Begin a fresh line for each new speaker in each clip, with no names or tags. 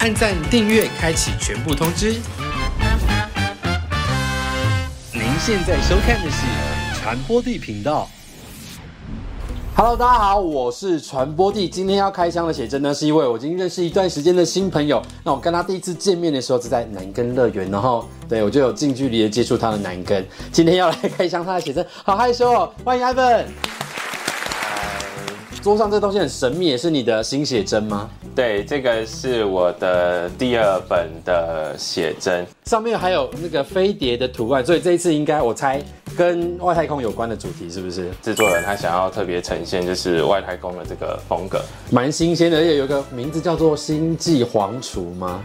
按赞、订阅、开启全部通知。您现在收看的是传播地频道。Hello，大家好，我是传播帝。今天要开箱的写真呢，是一位我已经认识一段时间的新朋友。那我跟他第一次见面的时候是在南根乐园，然后对我就有近距离的接触他的南根。今天要来开箱他的写真，好害羞哦！欢迎 Ivan。桌上这东西很神秘，也是你的新写真吗？
对，这个是我的第二本的写真，
上面还有那个飞碟的图案，所以这一次应该我猜跟外太空有关的主题是不是？
制作人他想要特别呈现就是外太空的这个风格。
蛮新鲜的，而且有一个名字叫做《星际皇厨》吗？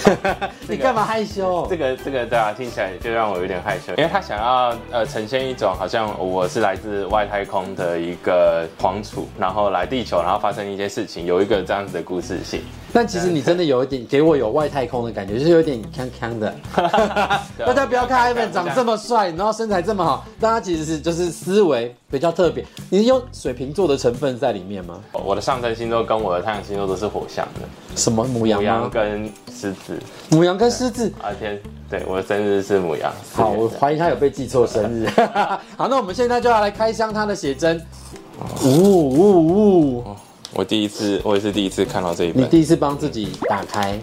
你干嘛害羞？
这个这个对啊，听起来就让我有点害羞，因为他想要呃呈现一种好像我是来自外太空的一个皇储，然后来地球，然后发生一些事情，有一个这样子的故事性。
但其实你真的有一点给我有外太空的感觉，就是有点康康 的。
啊
大家不要看 Ivan 长这么帅，然后身材这么好，但他其实是就是思维比较特别。你有水瓶座的成分在里面吗？
哦我的上升星座跟我的太阳星座都是火象的，
什么母羊
母羊
吗？
跟狮子。
母羊跟狮子。
啊天，对，我的生日是母羊。
好，
4月
我
3
怀疑他有被记错生日。好，那我们现在就要来开箱他的写真。呜呜呜！
我第一次，我也是第一次看到这一
你
本。
第一次帮自己打开，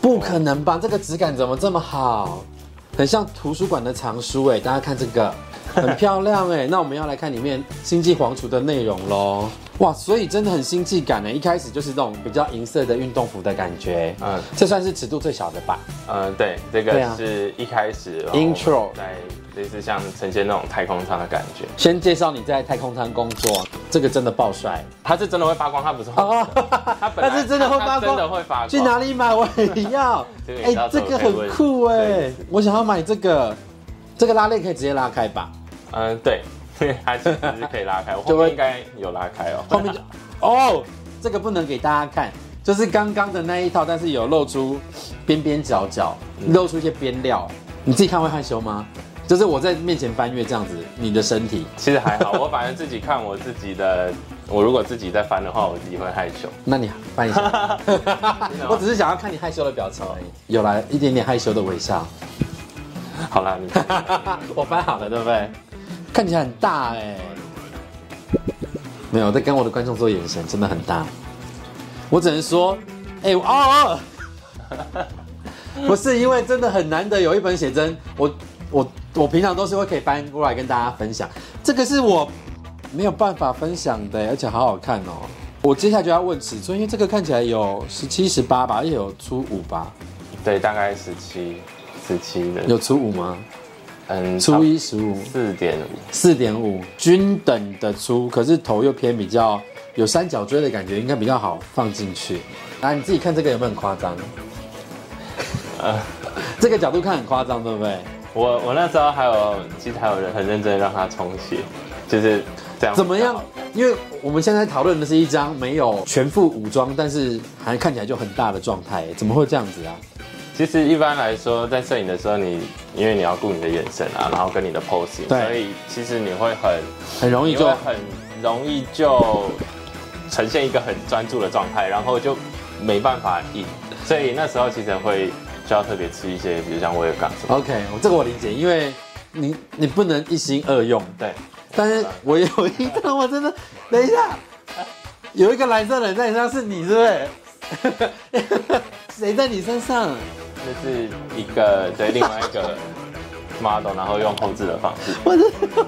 不可能吧？这个质感怎么这么好？很像图书馆的藏书哎，大家看这个，很漂亮哎。那我们要来看里面《星际皇厨》的内容喽。哇，所以真的很星际感欸呢。一开始就是这种比较银色的运动服的感觉，
嗯
这算是尺度最小的吧？
嗯，对，这
对
个
啊
是一开始、然后
Intro
在类似像呈现那种太空舱的感觉，
先介绍你在太空舱工作，这个真的爆帅
它是真的会发光，它不是画
哦
的，它本来
它是真的会发光
它真的会发光。
去哪里买我也要
这个？
哎、
你到时
这
候
个
可以
很
问
酷哎、
对
我想要买这个，这个拉链可以直接拉开吧？
嗯，对， 它其实是可以拉开，我
就
后
会
面应该有拉开哦。
后面就哦，这个不能给大家看，就是刚刚的那一套，但是有露出边边角角，露出一些边料。你自己看会害羞吗？就是我在面前翻阅这样子，你的身体，
其实还好，我反正自己看我自己的，我如果自己在翻的话，我自己会害羞。
那你翻一下，
吗
我只是想要看你害羞的表情而已，有来一点点害羞的微笑。
好啦，你
我翻好了，对不对？看起来很大哎、没有，我在跟我的观众做眼神，真的很大。我只能说，哎、我哦 哦，不是因为真的很难得有一本写真，我我我平常都是会可以翻过来跟大家分享，这个是我没有办法分享的，而且好好看哦。我接下来就要问尺寸，因为这个看起来有十七、十八吧，而且有初五吧，
对，大概十七，十七的，
有初五吗？
嗯，
初一十五，
四点五，
四点五，均等的粗，可是头又偏比较有三角锥的感觉，应该比较好放进去。啊，你自己看这个有没有很夸张？这个角度看很夸张，对不对？
我我那时候还有，其实还有人很认真地让他冲洗，就是这样。
怎么样？？因为我们现在讨论的是一张没有全副武装，但是还看起来就很大的状态，怎么会这样子啊？
其实一般来说，在摄影的时候你，因为你要顾你的眼神啊，然后跟你的 posing，
对
所以其实你会很，
很容易
你
就
会很容易就呈现一个很专注的状态，然后就没办法移。所以那时候其实会需要特别吃一些，比如像威尔刚什么。
OK，我这个我理解，因为你你不能一心二用，
对，
但是我有一张，我真的， 等一下，有一个蓝色的人在你身上，是你是 不是？谁在你身上？
那是一个对另外一个 model，然后用后置的方式。
我真的，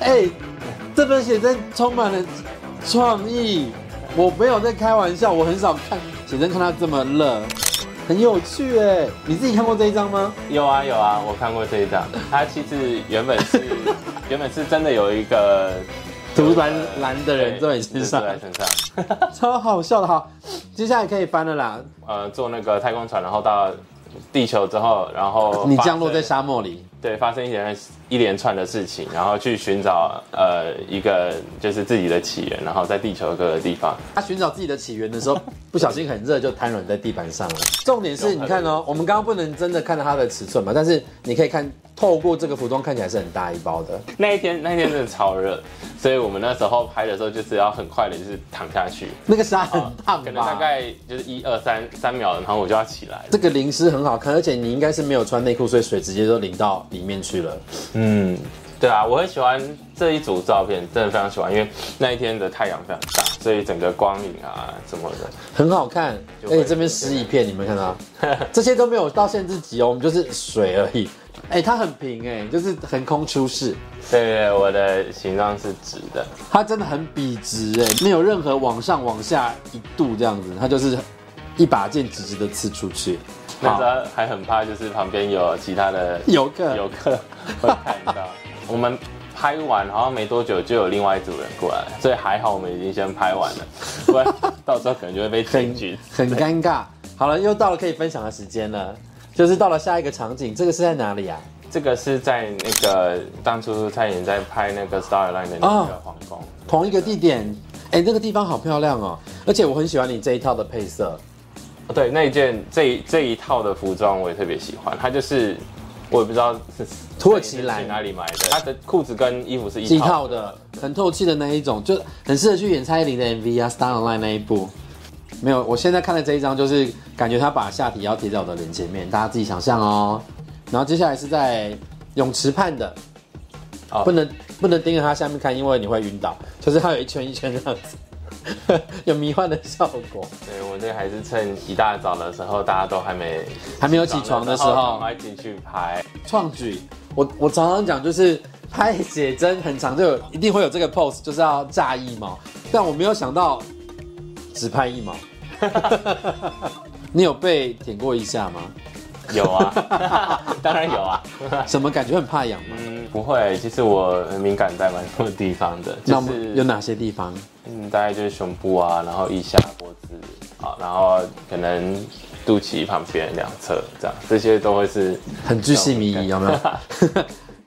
哎、这本写真充满了创意，我没有在开玩笑，我很少看写真看到这么热，很有趣哎、你自己看过这一张吗？
有啊有啊，我看过这一张。它其实原本是原本是真的有一个
涂蓝蓝的人在你身上
对身上。
超好笑的哈，接下来可以翻了啦。
呃，坐那个太空船，然后到地球之后，然后
你
发生
降落在沙漠里，
对，发生一连一连串的事情，然后去寻找呃一个就是自己的起源，然后在地球各个地方。
他寻找自己的起源的 时候，不小心很热就瘫软在地板上了。重点是你看哦，我们刚刚不能真的看到它的尺寸嘛，但是你可以看透过这个服装看起来是很大一包的。
那一天那一天真的超热，所以我们那时候拍的时候就是要很快的，就是躺下去，
那个沙很烫吧？
哦可能大概就是一二三三秒，然后我就要起来了。
这个淋湿很好看，而且你应该是没有穿内裤，所以水直接都淋到里面去了。
嗯，对啊，我很喜欢这一组照片，真的非常喜欢，因为那一天的太阳非常大，所以整个光影啊什么的，
很好看，而
就会
且这边湿一片，你们看 到，这些都没有到限制级哦，我们就是水而已。哎、它很平哎、就是横空出世，
对对对，我的形状是直的，
它真的很笔直哎、没有任何往上往下一度这样子，它就是一把剑直直的刺出去。
那
好
时，候还很怕，就是旁边有其他的
游客
游客会看到。我们拍完好像没多久就有另外一组人过来，所以还好我们已经先拍完了，不然到时候可能就会被检
很
举。
很尴尬。好了，又到了可以分享的时间了，就是到了下一个场景，这个是在哪里啊？
这个是在那个当初蔡妍在拍那个《Starline》的那个皇宫，
同一个地点，哎、那个地方好漂亮哦，而且我很喜欢你这一套的配色，
哦对那一件这一这一套的服装我也特别喜欢，它就是我也不知道是
土耳其蓝
去哪里买的，它的裤子跟衣服是
一
一
套
套的。
的，很透气的那一种，就很适合去演蔡依林的 MV 啊，《Star Online》那一部。没有，我现在看的这一张就是感觉他把下体要贴在我的脸前面，大家自己想象哦。然后接下来是在泳池畔的，
哦
不能不能盯着它下面看，因为你会晕倒。就是它有一圈一圈这样子， 有迷幻的效果。
对，我这还是趁一大早的时候，大家都还没
还没有起床的时
然后
候
赶，快进去拍。
创举，我我常常讲就是拍写真很长，就有一定会有这个 pose，就是要炸一毛，但我没有想到只拍 一毛。你有被舔过一下吗？
有啊， 当然有啊。
什么感觉很怕痒吗？
嗯，不会，其实我很敏感在蛮多地方的，
那
就
我们有
是
哪些地方？
嗯，大概就是胸部啊，然后腋下、脖子啊，然后可能肚脐旁边两侧这样，这些都会是
很具细迷疑，有没有？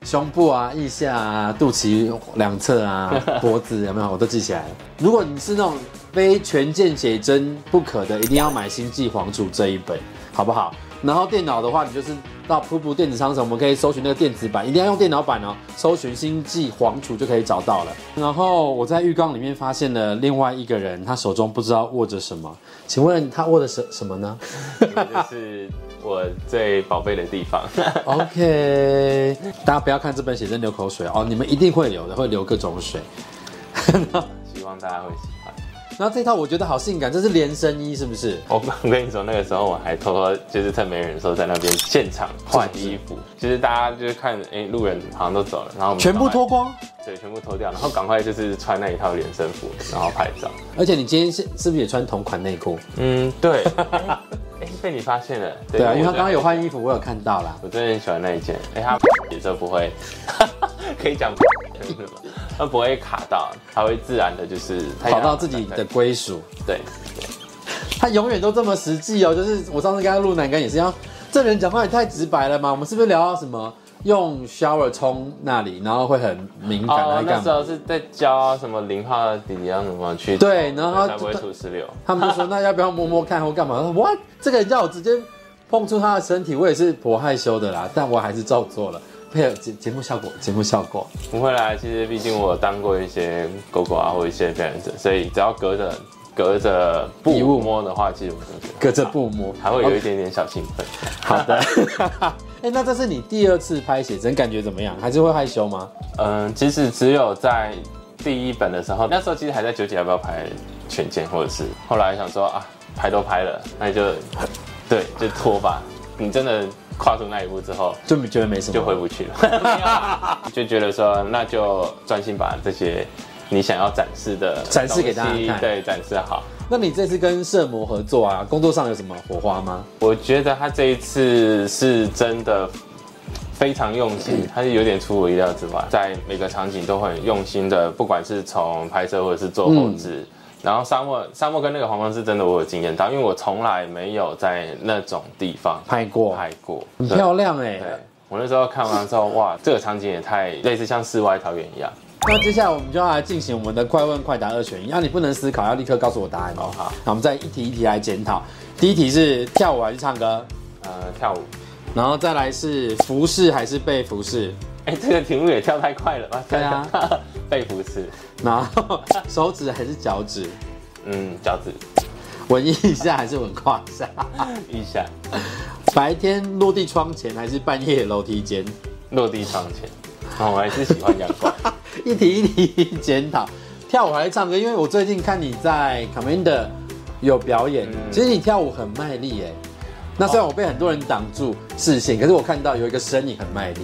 胸部啊、腋下啊、肚脐两侧啊、脖子有没有？我都记起来了。如果你是那种非全健写真不可的，一定要买《星际皇储》这一本，好不好？然后电脑的话，你就是到瀑布电子商城，我们可以搜寻那个电子版，一定要用电脑版哦，搜寻《星际皇储》就可以找到了。然后我在浴缸里面发现了另外一个人，他手中不知道握着什么，请问他握着什什么呢？
就是我最宝贝的地方。
OK，大家不要看这本写真流口水哦，你们一定会流的，会流各种水。
希望大家会喜欢。
然后这套我觉得好性感，这是连身衣是不是？
我我跟你说，那个时候我还偷偷就是趁没人的时候在那边现场换衣服，就是大家就是看哎、诶路人好像都走了，然后我们
全部
赶快
脱光，
对，全部脱掉，然后赶快就是穿那一套连身服，然后拍照。
而且你今天是是不是也穿同款内裤？
嗯，对。 哎、被你发现了。对
对啊，因为他刚刚有，换衣服，我有看到啦。
我真的很喜欢那一件。哎、他也就不会， 可以讲他不会卡到，他会自然的，就是
跑到自己的归属，
对。
他永远都这么实际哦。就是我上次跟他录南竿也是一样，这人讲话也太直白了嘛。我们是不是聊到什么用 shower 冲那里，然后会很敏感
哦
来，
那
干
时
嘛？
候是在教什么零号的弟弟要怎么去
对然后他
才不会吐石榴。
他们就说那要不要摸摸看或干嘛？我说 what 这个人叫我直接碰触他的身体，我也是颇害羞的啦，但我还是照做了。配合节节目效果，节目效果。
不会啦，其实毕竟我有当过一些狗狗啊，或一些表演者，所以只要隔着隔着布
衣物
摸的话，其实我都觉得
隔着布摸，
还会有一点点小兴奋。
好的。 哎、那这是你第二次拍写真，感觉怎么样？还是会害羞吗？
嗯，其实只有在第一本的时候，那时候其实还在纠结要不要拍全件，或者是后来想说啊，拍都拍了，那就对，就拖吧。你真的跨出那一步之后，
就觉得没什么，
就回不去 了，就觉得说那就专心把这些你想要展示的
展示给大家
东西
看
对，展示好。
那你这次跟社模合作啊，工作上有什么火花吗？
我觉得他这一次是真的非常用心，他是有点出我意料之外，在每个场景都很用心的，不管是从拍摄或者是做后置。
嗯
然后沙漠，沙漠跟那个皇宫是真的，我有经验到，因为我从来没有在那种地方
拍过，
拍过，
很
对
漂亮哎、
对，我那时候看完之后，哇，这个场景也太类似像世外桃源一样。
那接下来我们就要来进行我们的快问快答二选一，啊，你不能思考，要立刻告诉我答案哦
哦。好
那我们再一题一题来检讨。第一题是跳舞还是唱歌，
呃，跳舞，
然后再来是服侍还是被服侍，
哎、这个题目也跳太快了吧？
对 啊，
被服侍，
然后手指还是脚趾，
嗯，脚趾
闻一下还是闻胯下，
一下，
白天落地窗前还是半夜楼梯间，
落地窗前。哦我还是喜欢阳 光。
一题一题检讨。跳舞还是唱歌？因为我最近看你在 Commander 有表演，
嗯
其实你跳舞很卖力耶。那虽然我被很多人挡住视线，可是我看到有一个身影很卖力。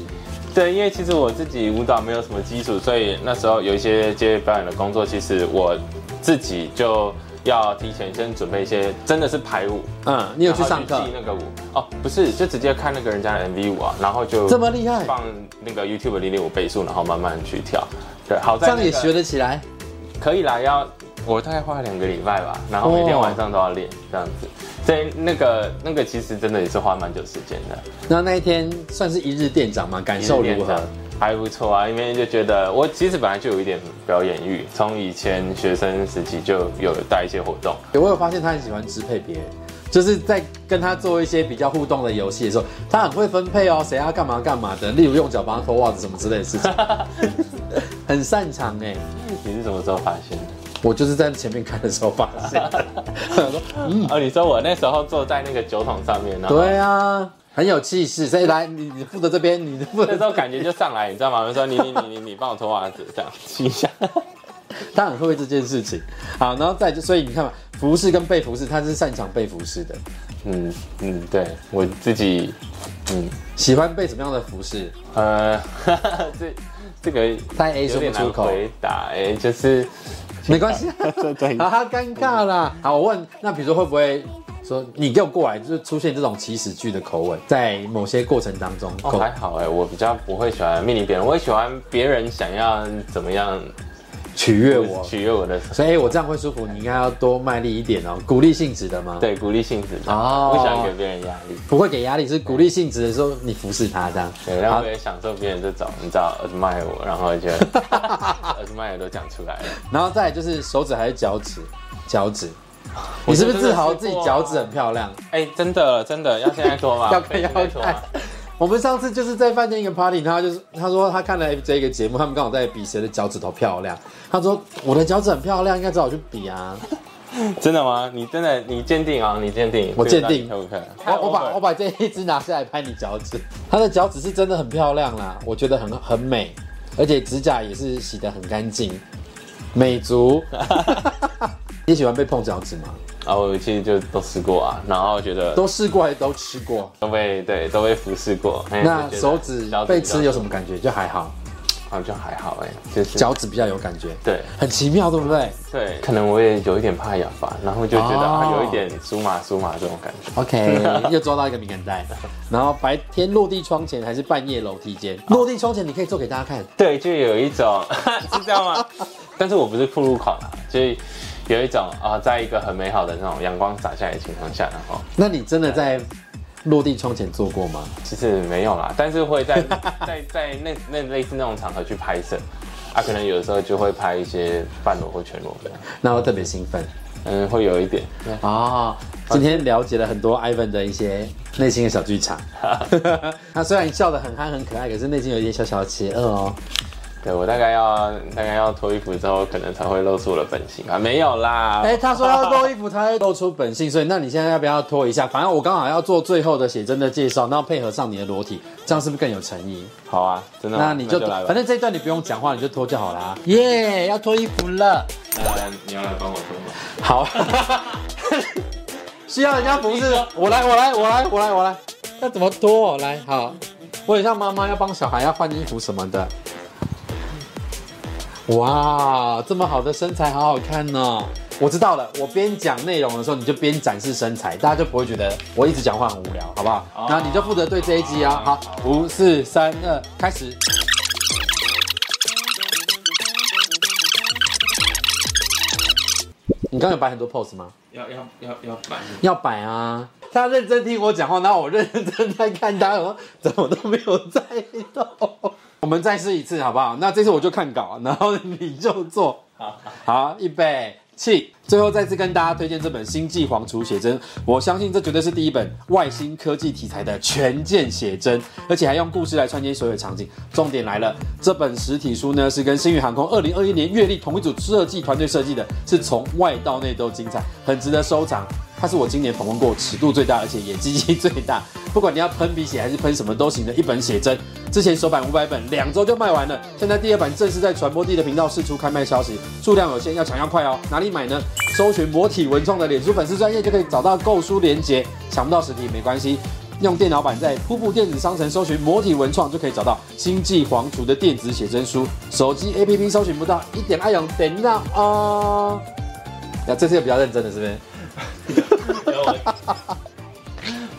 对，因为其实我自己舞蹈没有什么基础，所以那时候有一些接表演的工作，其实我自己就要提前先准备一些，真的是排舞，
嗯，你有去
然后
上课
记？那个舞哦，不是，就直接看那个人家的 MV 舞啊，然后就
这么厉害，
放那个 YouTube 零点五倍速，然后慢慢去跳。对，好
这
在、
样
那个、
也学得起来。
可以啦，要我大概花了两个礼拜吧，然后每天晚上都要练这样子，所以那个那个其实真的也是花蛮久时间的。
那那一天算是一日店长嘛，感受如何？？
还不错啊，因为就觉得我其实本来就有一点表演欲，从以前学生时期就有带一些活动，
我有发现他很喜欢支配别人，就是在跟他做一些比较互动的游戏的时候，他很会分配哦，谁要干嘛干嘛的，例如用脚帮他脱袜子什么之类的 事情，很擅长哎。
你是什么时候发现的？
我就是在前面看的时候发现的，我说嗯，
哦，你说我那时候坐在那个酒桶上面，然后
对啊，很有气势。所以来，你你负责这边，你负
那时
责，
候感觉就上来，你知道吗？我就说你你你你你帮我脱袜子，这样洗一下。
他很会这件事情。好，然后再就所以你看嘛，服饰跟被服饰，他是擅长被服饰的，
嗯嗯，对我自己，嗯
喜欢被什么样的服饰？
呃，这这个
太 A
有
说不
点
哎出
难
口，
回答，哎、就是
没关系，
对对
啊，尴尬啦。好，我问，那比如说会不会说你给我过来，就是出现这种起始句的口吻，在某些过程当中，
哦
口
还好哎、我比较不会喜欢命令别人，我会喜欢别人想要怎么样
取悦我。
取悦我的，
所以，哎我这样会舒服，你应该要多卖力一点哦，鼓励性质的吗？
对鼓励性质的，
哦
我不喜欢给别人压力。
不会给压力，是鼓励性质的时候，你服侍他这样。
对，然后我也享受别人这种，你知道 admire 我，然 后觉得 admire 都讲出来了。
然后再来就是手指还是脚趾，脚趾，你是不啊是自豪自己脚趾很漂亮？
哎、真的真的要现在脱吗？
要
可
看
以
要
现在脱
看
吗？。
我们上次就是在饭店一个 party，然后他就是他说他看了这个节目，他们刚好在比谁的脚趾头漂亮。他说我的脚趾很漂亮，应该找我去比啊。
真的吗？你真的你鉴定啊？你鉴定？
我鉴定
这个到底可不可以？
我我把我把
把
这一只拿下来拍你脚趾，他的脚趾是真的很漂亮啦，我觉得很很美，而且指甲也是洗得很干净，美 足。你喜欢被碰脚趾吗？
啊，我其实就都试过啊，然后觉得
都试过还是都吃过？
都被对都被服侍过。哎
那
就觉得
手指
脚
被吃有
比
什么感觉？就还好，
较好像还好哎、就是
脚趾比较有感觉，
对
很奇妙，对不对
对，可能我也有一点怕痒吧，然后就觉得、啊
哦
有一点酥麻酥麻这种感觉。
？OK，又抓到一个敏感带。然后白天落地窗前还是半夜楼梯间？落地窗前你可以做给大家看，
对，就有一种 是这样吗？ 但是我不是铺路狂啊，所以有一种啊、在一个很美好的那种阳光洒下来的情况下，然后
那你真的在落地窗前做过吗？
其实没有啦，但是会 在在在那那类似那种场合去拍摄。啊，可能有的时候就会拍一些半裸或全裸的，
那我特别兴奋
嗯，会有一点。
哦。今天了解了很多 Ivan 的一些内心的小剧场。他虽然笑得很憨很可爱，可是内心有一点小小的邪恶哦。
对我大概要大概要脱衣服之后，可能才会露出我的本性啊，没有啦。
哎、他说要露衣服，他会露出本性，所以那你现在要不要脱一下？反正我刚好要做最后的写真的介绍，然后配合上你的裸体，这样是不是更有诚意？
好啊，真的吗，
那你就
来吧
反。正这一段你不用讲话，你就脱就好啦。耶、要脱衣服了，
那你要来帮我脱吗？
好，需要人家服侍，我来，我来，我来，我来，我来，要怎么脱？来，好，我很像妈妈要帮小孩要换衣服什么的。哇，这么好的身材，好好看哦！我知道了，我边讲内容的时候，你就边展示身材，大家就不会觉得我一直讲话很无聊，好不好？
哦
然后你就负责对这一集啊，好
好，
五四三二，开始。你刚刚有摆很多 pose 吗？
要要要要买。
要摆啊！他认真听我讲话，然后我认真在看他，我说怎么都没有在动。 我们再试一次好不好？那这次我就看稿，然后你就做。
好，
好，预备起！最后再次跟大家推荐这本《星际黄厨写真》，我相信这绝对是第一本外星科技题材的全件写真，而且还用故事来串接所有场景。重点来了，这本实体书呢是跟星宇航空二零二一年月历同一组设计团队设计的，是从外到内都精彩，很值得收藏。它是我今年访问过尺度最大，而且也机器最大。 不管你要喷鼻血还是喷什么都行的一本写真。之前首版五百本，两周就卖完了。现在第二版正式在传播地的频道试出开卖消息，数量有限，要抢要快哦。哪里买呢？搜寻魔体文创的脸书粉丝专业就可以找到购书链接。抢不到实体没关系，用电脑版在瀑布电子商城搜寻“魔体文创”就可以找到《星际皇厨》的电子写真书，手机 APP 搜寻不到，一点爱用点到哦。那、这次又比较认真了，是不是？
我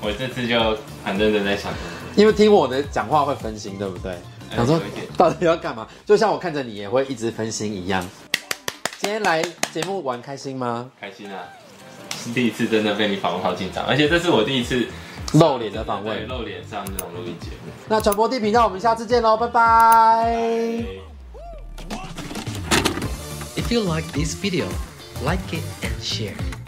我这次就很认真在想东西。
因为听我的讲话会分心，对不对？
嗯
想说
有一点
到底要干嘛？就像我看着你也会一直分心一样。今天来节目玩开心吗？
开心啊！是第一次真的被你访问，好紧张，而且这是我第一次
露脸的访
对
问。
露脸上这种录音节目。
那传播地频道，我们下次见喽，拜拜。
嗯
If you like this video, like it and share.